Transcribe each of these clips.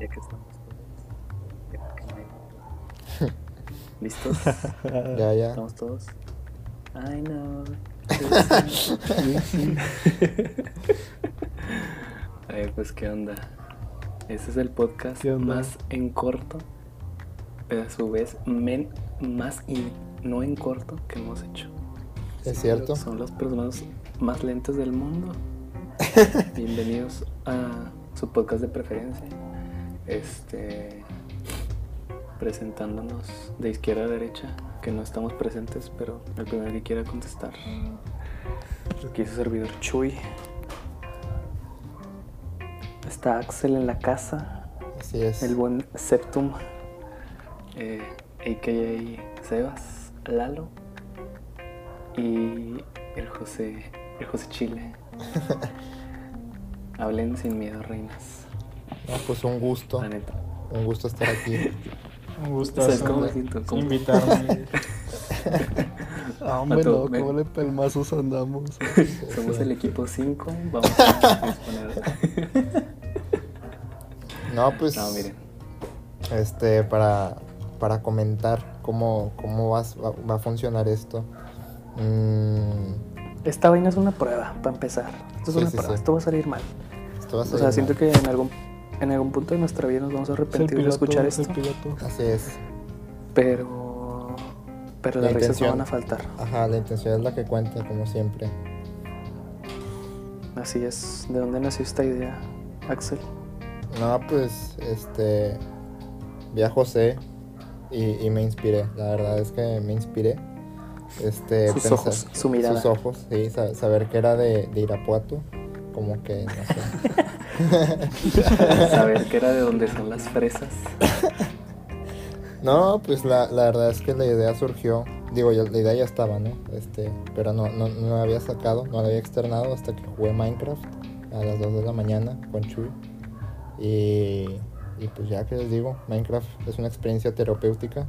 ya que estamos todos. Ya que no hay- ¿Listos? Ya, ya. ¿Estamos todos? I know. Ay, pues qué onda. Este es el podcast ¿Qué onda? más en corto, pero a su vez men, más y no en corto que hemos hecho. Es cierto. Son las personas más lentas del mundo. Bienvenidos a su podcast de preferencia. Este presentándonos de izquierda a derecha, que no estamos presentes, pero el primero que quiera contestar. Aquí su servidor Chuy. Está Axel en la casa, Así es. el buen Septum, eh, a.k.a. Sebas, Lalo y el José, el José Chile. Hablen sin miedo, reinas. No, pues un gusto. La neta. Un gusto estar aquí. Un ¿Sabes gustazo cómo me güey. siento? Como- invitarme. Ah, hombre, Pato, no, ven. ¿cómo le pelmazos andamos? Somos el equipo 5, vamos a poner... No, pues, No, miren. este, para, para comentar cómo, cómo vas- va, va a funcionar esto. Mm, Esta vaina es una prueba, para empezar. Esto es Sí, una sí, prueba, sí. esto va a salir mal. esto va a O ser sea, una- siento que en algún, en algún punto de nuestra vida nos vamos a Es el arrepentir de piloto, escuchar es el esto, piloto. Así es. pero... Pero La las risas no intención. van a faltar. Ajá, la intención es la que cuenta, como siempre. Así es. ¿De dónde nació esta idea, Axel? No, pues, este, vi a José y, y me inspiré. La verdad es que me inspiré. Este, Sus pensar- ojos, su mirada. Sus ojos, sí, sa- saber que era de, de Irapuato. Como que, no sé. Saber que era de donde son las fresas. No, pues la, la verdad es que la idea surgió. Digo, ya- la idea ya estaba, ¿no? Este, pero no, no, no la había sacado, no la había externado hasta que jugué Minecraft a las 2 de la mañana con Chuy. Y, y pues ya que les digo, Minecraft es una experiencia terapéutica.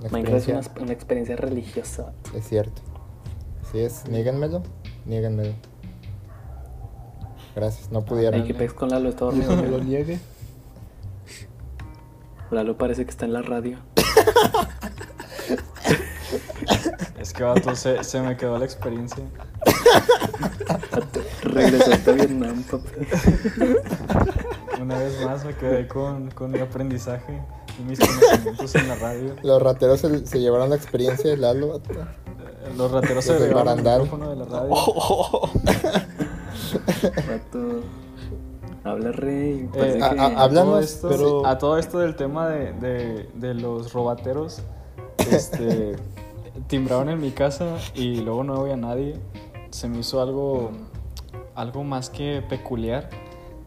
Una Minecraft es experiencia- una, una experiencia religiosa. Es cierto. Así es, niéguenmelo, niéguenmelo. Gracias, no Hay pudieron. que pez con Lalo, está dormido. No me lo niegue. Lalo parece que está en la radio. Es que vato, se, se me quedó la experiencia. Regresaste a Vietnam, papá. Una vez más me quedé con, con mi aprendizaje y mis conocimientos en la radio. Los rateros se, se llevaron la experiencia de Lalo. Eh, Los rateros se Los del agregaron al barandal. micrófono de la radio. Vato. Habla rey. Eh, Parece a- que... a- habla- Todo Hablamos, esto- pero- A todo esto del tema de, de- de los robateros, este, timbraron en mi casa y luego no había nadie. Se me hizo algo, algo más que peculiar.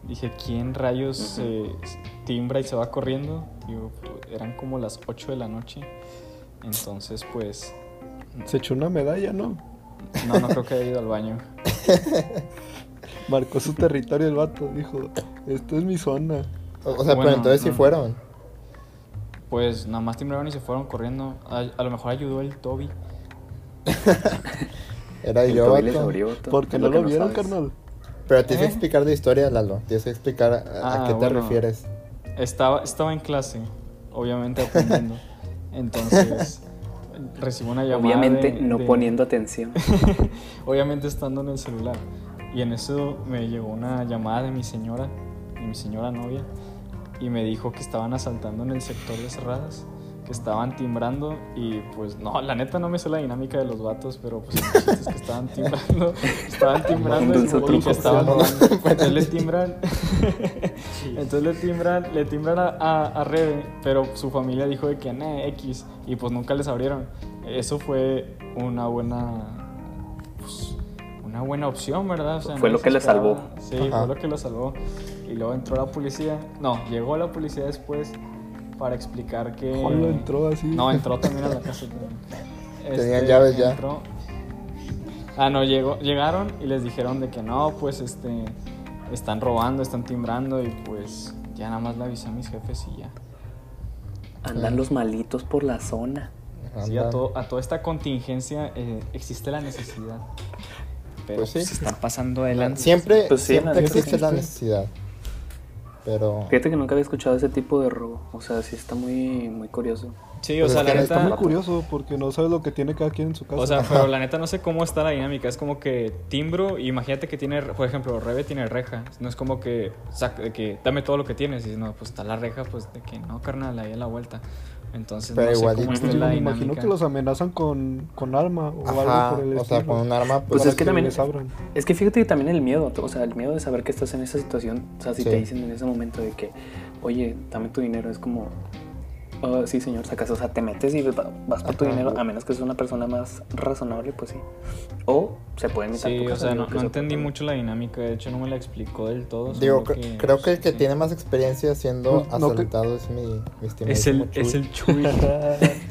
Dije, ¿quién rayos eh, timbra y se va corriendo? Digo, pues, eran como las 8 de la noche. Entonces, pues, Se echó una medalla, ¿no? no, no creo que haya ido al baño. Marcó su territorio el vato, dijo, esta es mi zona. O, o sea, Bueno, pero entonces sí no. fueron. Pues nada más timbraron y se fueron corriendo. A, a lo mejor ayudó el Toby. Era el yo, Toby les vato. abrió, vato. Porque Es no que lo vieron, sabes. carnal. Pero tienes que ¿Eh? explicar la historia, Lalo. Tienes que explicar a, a Ah, qué te bueno. refieres. Estaba, estaba en clase, obviamente aprendiendo. Entonces, recibo una llamada. Obviamente de- no de- poniendo atención. Obviamente estando en el celular. Y en eso me llegó una llamada de mi señora, de mi señora novia, y me dijo que estaban asaltando en el sector de cerradas, que estaban timbrando, y pues no, la neta no me sé la dinámica de los vatos, pero pues el chiste es que estaban timbrando, estaban timbrando Dulce y, truco, que estaban Simón. robando. Entonces le timbran, entonces le timbran, le timbran a, a, a Rebe, pero su familia dijo de que "Nah, X, y pues nunca les abrieron. Eso fue una buena pues, una buena opción, ¿verdad? O sea, Fue no lo que le se esperaba. salvó. Sí, Ajá. fue lo que lo salvó. Y luego entró la policía. No, llegó la policía después para explicar que. Jolo entró así. No, entró también a la casa. Tenían llaves ya. Este, entró- Ah, no, llegó, llegaron y les dijeron de que no, pues este. Están robando, están timbrando y pues ya nada más le avisé a mis jefes y ya. Andan los malitos por la zona. Sí, Anda. a, to- a toda esta contingencia eh, existe la necesidad. Pero Pues sí. se están pasando adelante. Siempre, Pues sí, siempre la neta existe sí. la necesidad. Pero Fíjate que nunca había escuchado ese tipo de robo. O sea, sí está muy, muy curioso. Sí, o Pues sea, es la que Está muy neta. curioso porque no sabes lo que tiene cada quien en su casa. O sea, pero la neta no sé cómo está la dinámica. Es como que timbro, imagínate que tiene, por ejemplo, Rebe tiene reja. No es como que, sac- de que dame todo lo que tienes. Y no, pues está la reja, pues de que no, carnal, ahí a la vuelta. Entonces, Pero no sé igualito. cómo Sí, está Este, me la imagino dinámica. que los amenazan con, con arma o ajá, algo por el o sea, estilo. con un arma Pues pues, Para es que también- les abran. Es que fíjate que también el miedo, o sea, el miedo de saber que estás en esa situación, o sea, si Sí. te dicen en ese momento de que, oye, dame tu dinero, es como, "Ah, sí, señor, sacas, o sea, te metes y va- vas por tu Ajá. dinero, a menos que seas una persona más razonable, pues sí. O se pueden imitar Sí, tu o casa, sea, digo no, que no eso entendí puede- mucho la dinámica. De hecho, no me la explicó del todo. digo, solo cre- creo que el que sí. tiene más experiencia siendo No, no te- asaltado es mi, mi estimado Es el, es el Chuy. Este,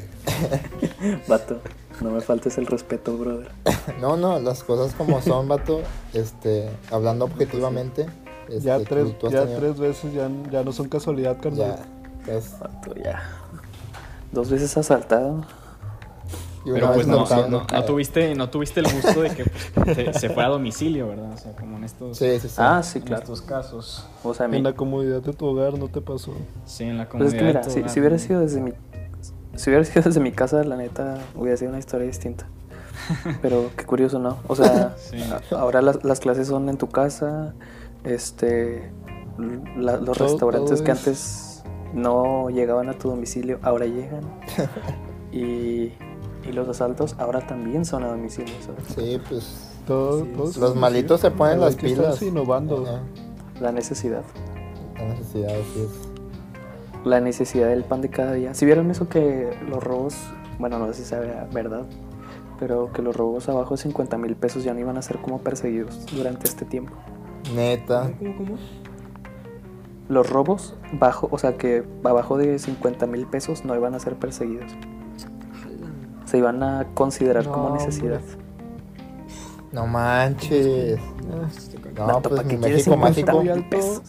Vato, no me faltes el respeto, brother. No, no, las cosas como son, vato, este, hablando objetivamente, este, Ya, tú- tres, tú has ya tenido- tres veces ya, ya no son casualidad, carnal. ya, pues, Vato, ya. Dos veces asaltado. y una Pero vez pues no, saltando, no, no eh, tuviste, no tuviste el gusto de que pues, te- se fuera a domicilio, ¿verdad? O sea, como en estos, Sí, sí, sí. Ah, sí, en claro. estos casos. O sea, a mí- En la comodidad de tu hogar no te pasó. Sí, en la Pues es comunidad. que mira, de tu si, hogar, si hubiera ¿no? sido desde mi si hubiera sido desde mi casa, la neta hubiera sido una historia distinta. Pero qué curioso, ¿no? O sea, Sí. a- ahora las, las clases son en tu casa, este la- los Todo- restaurantes todo que es- antes no llegaban a tu domicilio ahora llegan. y, y los asaltos ahora también son a domicilio, ¿sabes? Sí, pues, Todo- Sí, todo sí. los es- malitos se ponen Hay las que estarse pilas. innovando. Ajá, La necesidad. La necesidad, así es. la necesidad del pan de cada día. Si vieron eso que los robos, bueno, no sé si sea verdad, pero que los robos abajo de 50 mil pesos ya no iban a ser como perseguidos durante este tiempo. Neta, Los robos bajo, o sea que abajo de 50 mil pesos no iban a ser perseguidos. Se iban a considerar No, como hombre. necesidad. no manches. No, Vato, pues ¿pa' mi qué quieres 50 México mágico. muy mil alto. pesos?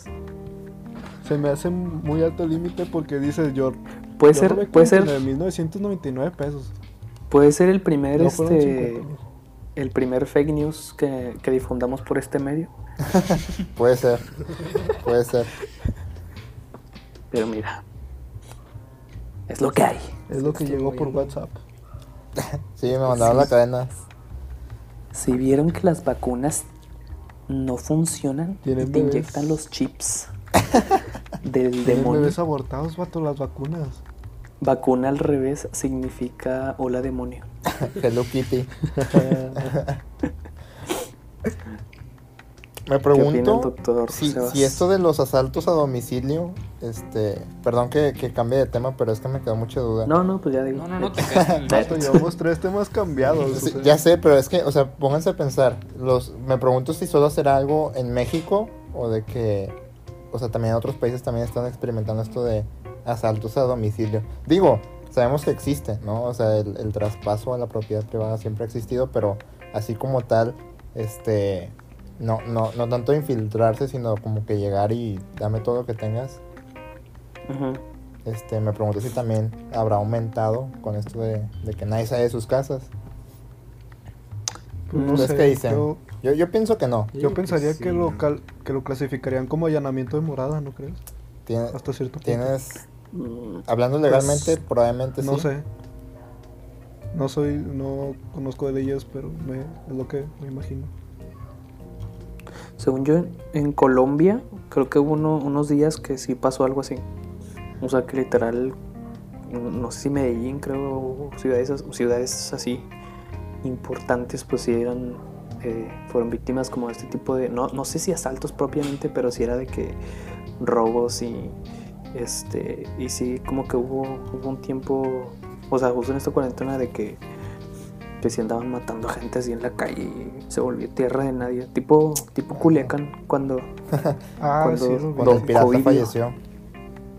Se me hace muy alto el límite porque dices yo. Puede yo robé ser, puede ser, 49.999 pesos. puede ser el primer No fueron este 50,000. el primer fake news que, que difundamos por este medio. Puede ser, puede ser. Pero mira, es lo que hay. Es lo que llegó por WhatsApp. Sí, me mandaron la cadena. Si vieron que las vacunas no funcionan y Tienen te bebés. inyectan los chips del Tienen demonio. bebés abortados, vato, las vacunas. Vacuna al revés significa hola demonio. Hello Kitty. Me pregunto opina el doctor si, Sebas? si esto de los asaltos a domicilio, este, perdón que, que cambie de tema, pero es que me quedó mucha duda. No, no, pues ya digo. No, no, no te caes en el Vato, vato. llevamos tres temas cambiados. o Sí, sea. ya sé, pero es que, o sea, pónganse a pensar, los, me pregunto si solo será algo en México o de que, o sea, también otros países también están experimentando esto de asaltos a domicilio. Digo, sabemos que existe, ¿no? O sea, el, el traspaso a la propiedad privada siempre ha existido, pero así como tal, este, no, no, no tanto infiltrarse, sino como que llegar y dame todo lo que tengas. Ujú. Este, me pregunto si también habrá aumentado con esto de, de que nadie sale de sus casas. Pues No ¿Ustedes sé, qué dicen? Yo, Yo, yo pienso que no. yo pensaría que, lo cal- que lo clasificarían como allanamiento de morada, ¿no crees? Tiene- Hasta cierto punto. tienes. Mm, Hablando legalmente, probablemente No sí. sé. No soy, no conozco de leyes, pero me- es lo que me imagino. Según yo, en Colombia, creo que hubo uno- unos días que sí pasó algo así. O sea, que literal, no no sé si Medellín, creo, o ciudades, ciudades así importantes, pues sí eran, eh, fueron víctimas como de este tipo de, no, no sé si asaltos propiamente, pero sí era de que robos y, este, y sí, como que hubo, hubo un tiempo, o sea, justo en esta cuarentena de que, que sí andaban matando gente así en la calle y se volvió tierra de nadie, tipo, tipo Culiacán, cuando, Ah, Cuando- sí, lo vi. Cuando el Don pirata Covidio. falleció.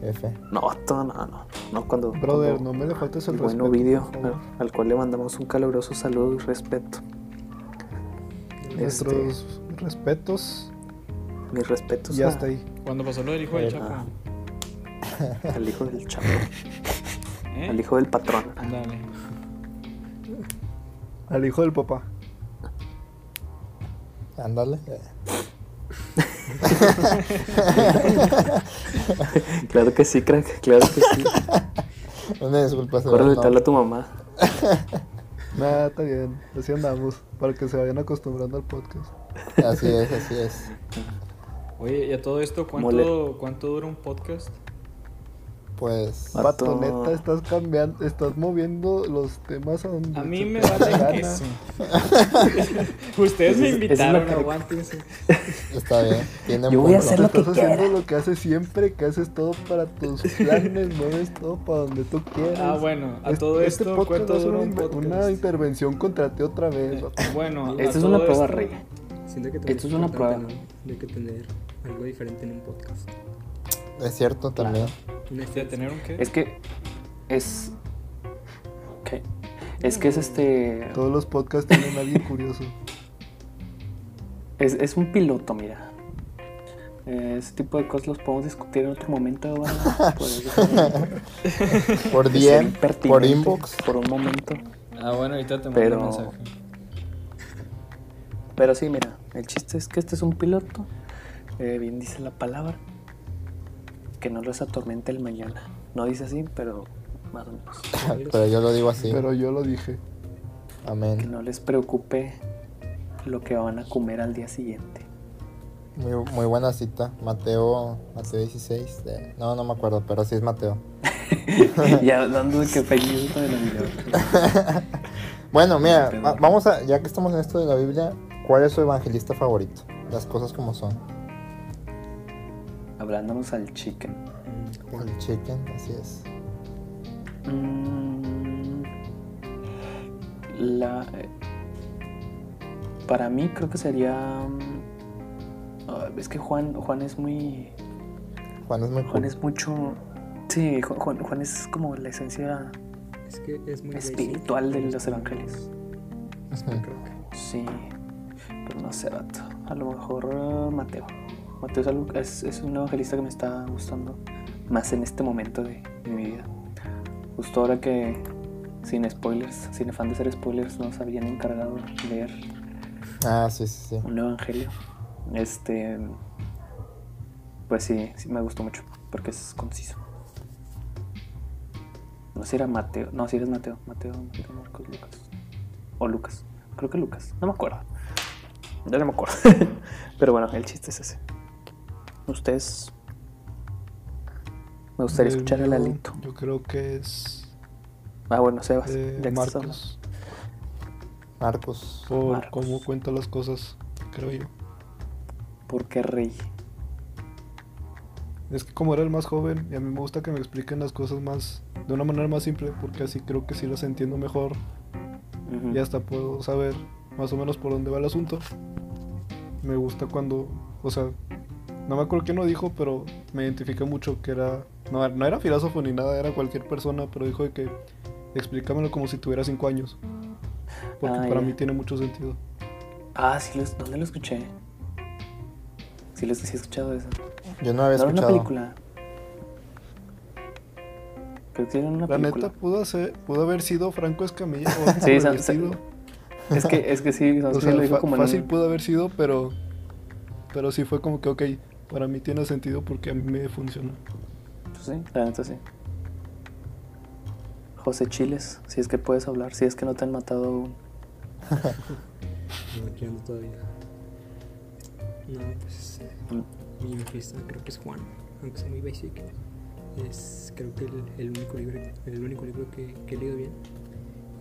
F. no, todo, no, no, no, cuando... Brother, cuando- no me le faltes el el buen respeto. Ovidio, por favor. al, al cual le mandamos un caluroso saludo y respeto. Este, Nuestros respetos. mis respetos Ya a- está ahí. Cuando pasó lo del hijo del Eh, Ah. Chapo. al hijo del chavo, ¿eh? al hijo del patrón. Ándale. Al hijo del papá. Ándale. Claro que sí, crack, claro que sí. Una disculpa, se Corre va, de no. tal a tu mamá. Nada, está bien. Así andamos. Para que se vayan acostumbrando al podcast. Así es, así es. Oye, y a todo esto, Mole. ¿cuánto, ¿cuánto dura un podcast? Pues, Vato. Vato, neta, estás cambiando, estás moviendo los temas a donde. A mí se me te dé la vale gana. queso. Esa Ustedes me es la invitaron, cara- aguántense. está bien. Tiene un Yo voy a punto. hacer lo que Estás haciendo quiera. lo que haces siempre, que haces todo para tus planes, mueves todo para donde tú quieras. Ah, bueno, a Es- todo este esto, podcast ¿cuánto es dura una un inve- podcast? Una intervención contra ti otra vez. vato. Bueno, a Esta es todo una prueba esto- real. Siento que Esto es una importante, ¿no? De que tener algo diferente en un podcast. Es cierto también. Una ¿De tener un qué? Es que es. ¿Qué? Es que es este. Todos los podcasts tienen a alguien curioso. Es, es un piloto, mira. Eh, ese tipo de cosas los podemos discutir en otro momento. ¿verdad? Por eso, Por de ser DM, por impertinente inbox. Por un momento. Ah, bueno, ahorita te mando Pero- un mensaje. Pero sí, mira, el chiste es que este es un piloto. eh, bien dice la palabra. Que no los atormente el mañana. No dice así, pero más o menos. Pero yo lo digo así. Pero yo lo dije. Que Amén. no les preocupe lo que van a comer al día siguiente. Muy, muy buena cita. Mateo, Mateo 16. de- No, no me acuerdo, pero sí es Mateo. ya dando de que feliz de la vida. Bueno, mira, Pero- va- vamos a, ya que estamos en esto de la Biblia, ¿cuál es su evangelista favorito? Las cosas como son. Hablándonos al chicken. El chicken, así es. Mm, La. eh, Para mí creo que sería. mm, ah, Es que Juan, Juan es muy. Juan es muy cool. Juan es mucho. Sí, Ju- Juan, Juan es como la esencia Es que es muy espiritual de los evangelios. Ujú. Sí. Pero no sé, vato. A lo mejor ah, Mateo. Mateo es, algo- es, es un evangelista que me está gustando más en este momento de, de mi vida. Justo ahora que, sin spoilers, sin afán de ser spoilers, nos habían encargado de leer Ah, sí, sí, sí. un evangelio. Este. Pues sí, sí me gustó mucho porque es conciso. No sé si era Mateo. No, si eres Mateo. Mateo, Mateo, Marcos, Lucas. O Lucas. Creo que Lucas. No me acuerdo. Ya no me acuerdo. Pero bueno, el chiste es ese. Ustedes. Me gustaría El escuchar al mío, Alito. Yo creo que es Ah, bueno, Sebas. de ya que estás hablando. Marcos. Marcos. Por Marcos. cómo cuenta las cosas, creo yo. Porque rey. Es que como era el más joven, y a mí me gusta que me expliquen las cosas más de una manera más simple, porque así creo que sí las entiendo mejor Ujú. y hasta puedo saber más o menos por dónde va el asunto. Me gusta cuando, o sea, no me acuerdo quién lo dijo, pero me identifica mucho que era, no, no era filósofo ni nada, era cualquier persona, pero dijo de que explícamelo como si tuviera cinco años, porque Ah, ya. para mí tiene mucho sentido. Ah, sí, lo, ¿dónde lo escuché? Sí, lo, sí he escuchado eso. Yo no había No era una escuchado. película. Creo que era una La película. neta pudo hacer, pudo haber sido Franco Escamilla o algo por Sí, el sa- sa- estilo. Es que, es que sí, no, O sí sea, lo dijo fa- como en fácil un- pudo haber sido, pero pero sí fue como que, ok, para mí tiene sentido porque a mí me funciona. Pues sí, la neta sí. José Chiles, si es que puedes hablar, si es que no te han matado aún. No, yo ando todavía. No, pues. eh, mi evangelista creo que es Juan, aunque sea muy basic. Es creo que el, el único libro, el único libro que, que he leído bien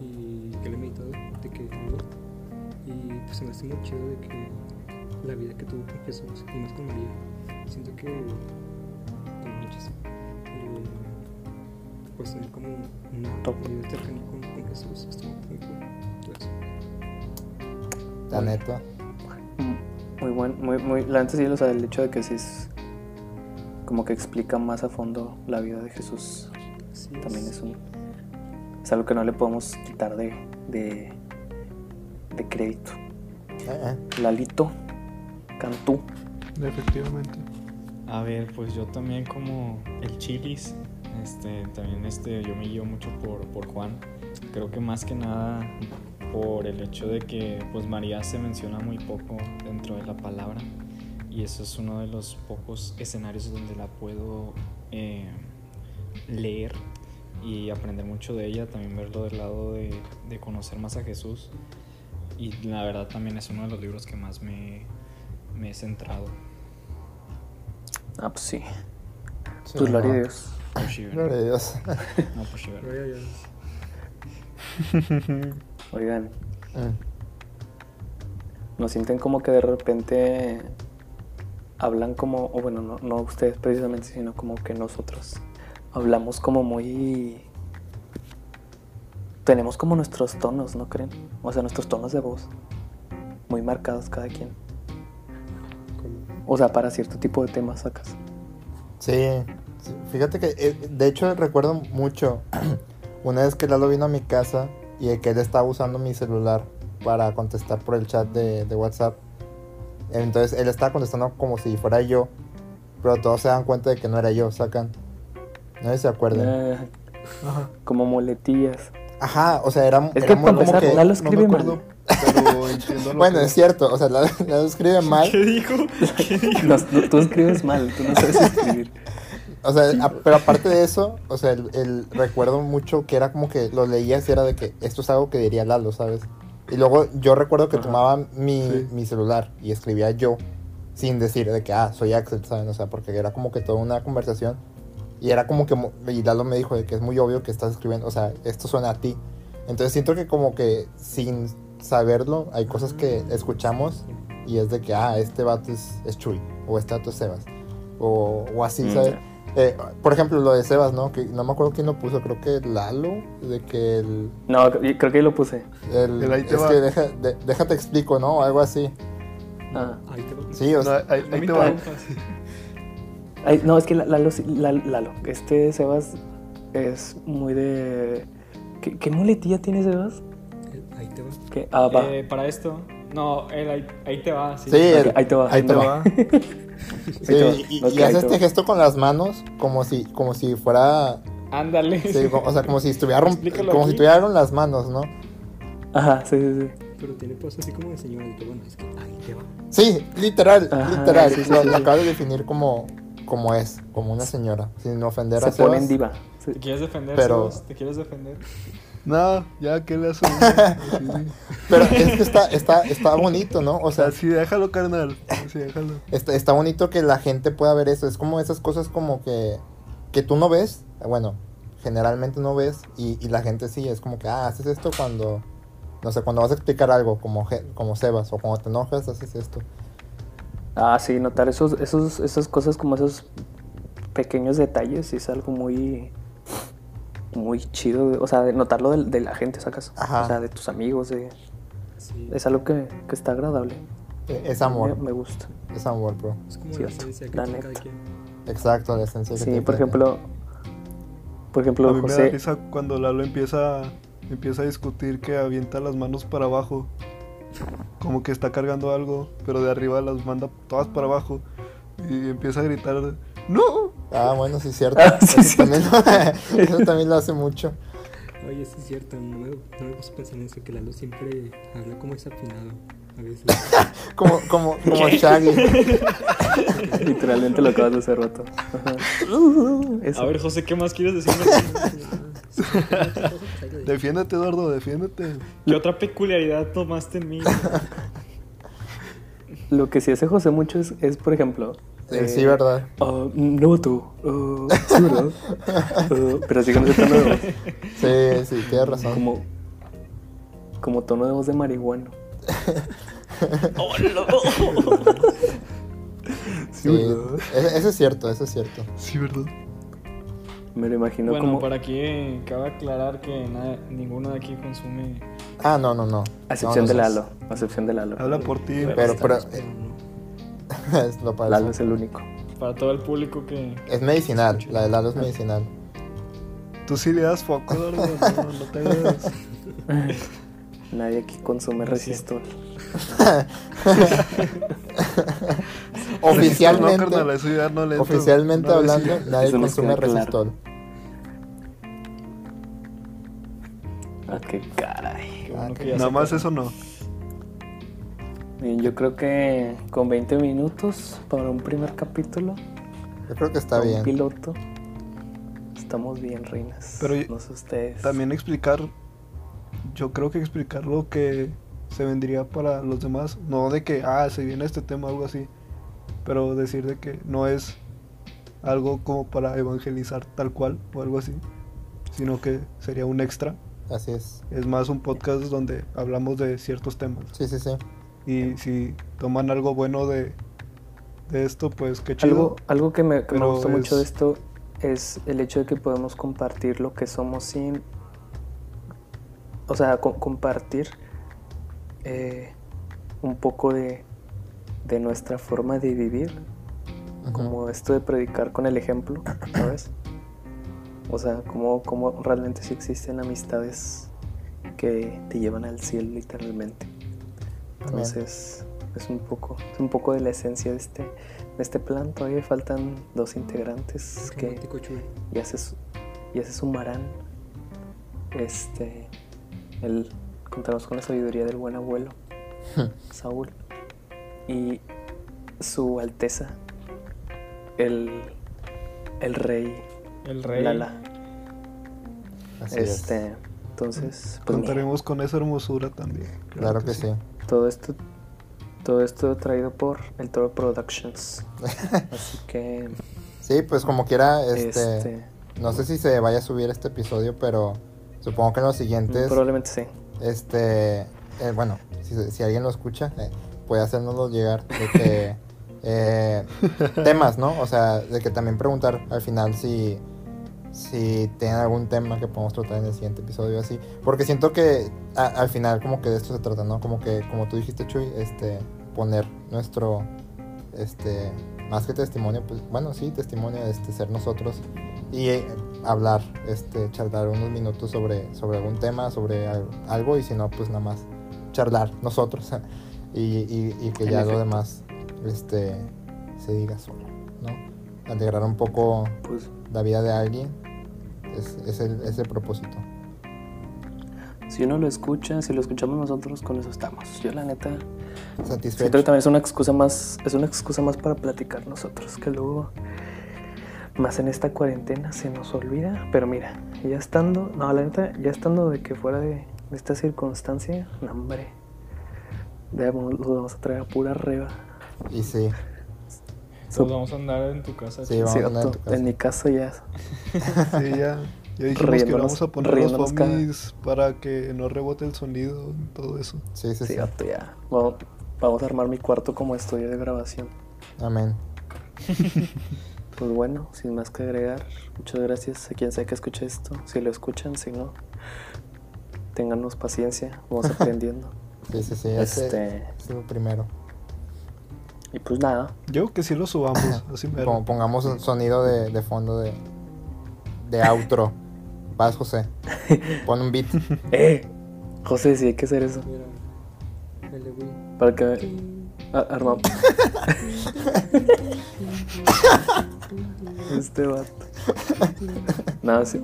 y que le he meditado de que me gusta. Y pues se me hace muy chido de que la vida que tuvo con Jesús y más con María. Siento que con muchas eh, pues tener como una Top. vida cercana con, con Jesús estuvo muy cool. Entonces, La neta. Mm, Muy buen, muy, muy, la neta sí, o sea, el hecho de que sí es como que explica más a fondo la vida de Jesús. sí, También es un, es algo que no le podemos quitar de, de, de crédito. Eh, eh. Lalito, Cantú. Efectivamente. A ver, pues yo también como el chilis, este, también este, yo me guío mucho por, por Juan. Creo que más que nada por el hecho de que pues María se menciona muy poco dentro de la palabra. y eso es uno de los pocos escenarios donde la puedo eh, leer y aprender mucho de ella, también verlo del lado de, de conocer más a Jesús. Y la verdad también es uno de los libros que más me, me he centrado. Ah, pues sí. Sí, Ah. Pues no. gloria a Dios. Pushiver. Gloria a Dios. No, Pushiver. Pero ya, ya. Oigan, Mm. ¿no sienten como que de repente hablan como, o bueno, no, no ustedes precisamente, sino como que nosotros hablamos como muy... Tenemos como nuestros tonos, ¿no creen? O sea, nuestros tonos de voz. Muy marcados cada quien. Como- O sea, para cierto tipo de temas sacas. Sí, sí. fíjate que eh, de hecho recuerdo mucho una vez que Lalo vino a mi casa y de que él estaba usando mi celular para contestar por el chat de, de WhatsApp. Entonces él estaba contestando como si fuera yo, pero todos se dan cuenta de que no era yo, sacan. No sé si se acuerdan. Eh, como muletillas. Ajá, o sea, era, Es era que muy para como empezar, que- Lalo No me escribe acuerdo, mal. pero entiendo lo Bueno, que- es cierto, o sea, Lalo, Lalo escribe mal. No, no, tú escribes mal, tú no sabes escribir. O sea, a- pero aparte de eso, o sea, el, el- recuerdo mucho que era como que lo leías y era de que esto es algo que diría Lalo, ¿sabes? Y luego yo recuerdo que Ajá. tomaba mi, Sí. mi celular y escribía yo sin decir de que, ah, soy Axel, ¿saben? O sea, porque era como que toda una conversación y era como que, mu- y Lalo me dijo de que es muy obvio que estás escribiendo, o sea, esto suena a ti. Entonces siento que como que sin saberlo hay cosas que escuchamos y es de que, ah, este vato es, es Chuy o este vato es Sebas o, o así, Mm, ¿sabes? ya. Eh, por ejemplo, lo de Sebas, ¿no? Que no me acuerdo quién lo puso, creo que Lalo, de que el... No, creo que ahí lo puse. el- El ahí te es va. que deja- de- déjate explico, ¿no? Algo así. Ah. Ahí te va. Sí, o No, sea, ahí, ahí te va. Ay, no, es que La- Lalo, sí- La- Lalo, este Sebas es muy de... ¿Qué, qué muletilla tiene Sebas? El- Ahí te va. ¿Qué? Ah, va. Eh, para esto, no, el ahí, ahí te va. Sí, el- Ok, ahí te va. ahí te Ahí va. te va. sí, te va. y, y Ok, ahí hace te este va. gesto con las manos como si, como si fuera... Ándale. sí, como- o sea, como si estuviera... rom- Explícalo como si aquí. tuvieran las manos, ¿no? Ajá, sí, sí, sí. Pero tiene paso así como de señora. de que, bueno, es que ahí te va. Sí, literal, Ajá, literal. sí, sí, lo, sí. lo acabo de definir como, como es, como una señora, sin ofender a Se pone en diva. Sebas. Sí. ¿Te quieres defender, Pero- Sebas? ¿Te quieres defender? No, ya, ¿qué le hace? uno? Así, Pero es que está, está, está bonito, ¿no? O sea, así, déjalo, carnal. Así, déjalo. Está, está bonito que la gente pueda ver eso. Es como esas cosas como que, que tú no ves. Bueno, generalmente no ves. Y, y la gente sí, es como que, ah, haces esto cuando, no sé, cuando vas a explicar algo, como, je- como Sebas, o cuando te enojas, haces esto. Ah, sí, notar esos, esos, esas cosas como esos pequeños detalles es algo muy... Muy chido, de- o sea, de notarlo de, de la gente, ¿sacas? Ajá. O sea, de tus amigos, de- Sí. es algo que, que está agradable. E- Es Me, amor, me gusta. es amor, bro. Es como la Cierto, esencia que la tiene neta. cada quien. Exacto, la esencia que Sí, tiene por que- ejemplo, por A ejemplo, mí me da José, risa cuando Lalo empieza, empieza a discutir que avienta las manos para abajo. Como que está cargando algo, pero de arriba las manda todas para abajo. Y empieza a gritar, ¡No! Ah, bueno, sí, es cierto. Ah, sí, eso, también lo, eso también lo hace mucho. Oye, sí es cierto. No me, no me puse a pensar en eso. Que Lalo siempre habla como desafinado. A veces. Como, como, como Shaggy. literalmente lo acabas de hacer, vato. Ajá. Eso. A ver, José, ¿qué más quieres decirnos? Defiéndete, Eduardo, defiéndete. ¿Qué otra peculiaridad tomaste en mí? Lo que sí hace José mucho es, es, por ejemplo. eh, Sí, sí, ¿verdad? "Ah, no, tú. ah, sí, ¿verdad? Ah, pero así con ese tono de voz. Sí, sí, tienes razón. Como, como tono de voz de marihuano. Sí, ese, ese es cierto, eso es cierto. Sí, ¿verdad? Me lo imagino bueno, como. para aquí eh, cabe aclarar que nada- ninguno de aquí consume. Ah, no, no, no. A excepción No, de no, Lalo. A excepción de Lalo. Habla por ti. Pero, pero, Pero no. es, lo parece. Lalo es el único. Para todo el público que. Es medicinal, la de Lalo Ah. es medicinal. Tú sí le das foco, Eduardo. No, no te hagas. Nadie aquí consume resistor. No, carnal, Oficialmente, eso ya no le entro. oficialmente No, hablando, sí. nadie Eso nos consume queda claro. resistol. Ah, qué caray. Ah, que bueno que ya Nada se más acabó. eso no. Bien, yo creo que con 20 minutos para un primer capítulo, Yo creo que está para un bien. piloto, estamos bien, reinas. Pero yo- no sé ustedes. También explicar, yo creo que explicar lo que se vendría para los demás, no de que, ah, se viene este tema algo así, pero decir de que no es algo como para evangelizar tal cual o algo así, sino que sería un extra, Así es. es más un podcast donde hablamos de ciertos temas. Sí, sí, sí. Y si toman algo bueno de, de esto, pues qué chido. Algo, algo que me, que me pero gusta mucho de es- esto es el hecho de que podemos compartir lo que somos sin. O sea, co- compartir eh, un poco de, de nuestra forma de vivir, Ujú. como esto de predicar con el ejemplo, ¿sabes? O sea, como, como realmente sí existen amistades que te llevan al cielo literalmente. Amén. Entonces, es un poco, es un poco de la esencia de este, de este plan. Todavía faltan dos integrantes que Romántico chulo. ya se, su- ya se sumarán. Este, el, contamos con la sabiduría del buen abuelo, Saúl, y su alteza, el, el rey, El rey. Lala. Así Este, entonces, pues, mira, Contaremos con esa hermosura también. es. Claro que sí. todo esto, todo esto traído por el Toro Productions. Así que, Sí, pues como quiera, este, este, No sé si se vaya a subir este episodio, pero supongo que en los siguientes. probablemente sí. Este, eh, bueno, si, si alguien lo escucha, eh, puede hacérnoslo llegar de que eh, temas, ¿no? O sea, de que también preguntar al final si si tienen algún tema que podamos tratar en el siguiente episodio así, porque siento que a- al final como que de esto se trata, ¿no? Como que como tú dijiste, Chuy, este poner nuestro este más que testimonio, pues bueno, sí, testimonio este ser nosotros y eh, hablar, este, charlar unos minutos sobre, sobre algún tema, sobre al- algo, y si no, pues nada más charlar nosotros y, y- y que En ya efecto. lo demás este, se diga solo, ¿no? Alegrar un poco Pues la vida de alguien es, es el, es el propósito. Si uno lo escucha, si lo escuchamos nosotros, con eso estamos. Yo la neta, siento que Satisfecho. también es una excusa más, es una excusa más para platicar nosotros, que luego, más en esta cuarentena, se nos olvida. Pero mira, ya estando, no, la neta, ya estando de que fuera de, de esta circunstancia, no, hombre, ya vamos- los vamos a traer a pura reba. Y sí, Todos vamos a andar en tu casa. Sí, vamos a andar en tu casa. en mi casa ya. Sí, ya. Ya dijimos que Riéndonos- le vamos a poner los riéndonos cada- foamis para que no rebote el sonido y todo eso. sí, Sí, sí, sí. vato, ya. Vamos, vamos a armar mi cuarto como estudio de grabación. Amén. Pues bueno, sin más que agregar, muchas gracias a quien sea que escuche esto. Si lo escuchan, si no, téngannos paciencia, vamos aprendiendo. Sí, sí, sí. ese este, es lo primero. y pues nada, Yo que sí lo subamos, así mero. Como pongamos un sonido de, de fondo de, de outro. Vas, José. Pon un beat. eh, José, sí hay que hacer eso Mira, el de Wii. para que a- armamos. este vato. Nada, sí.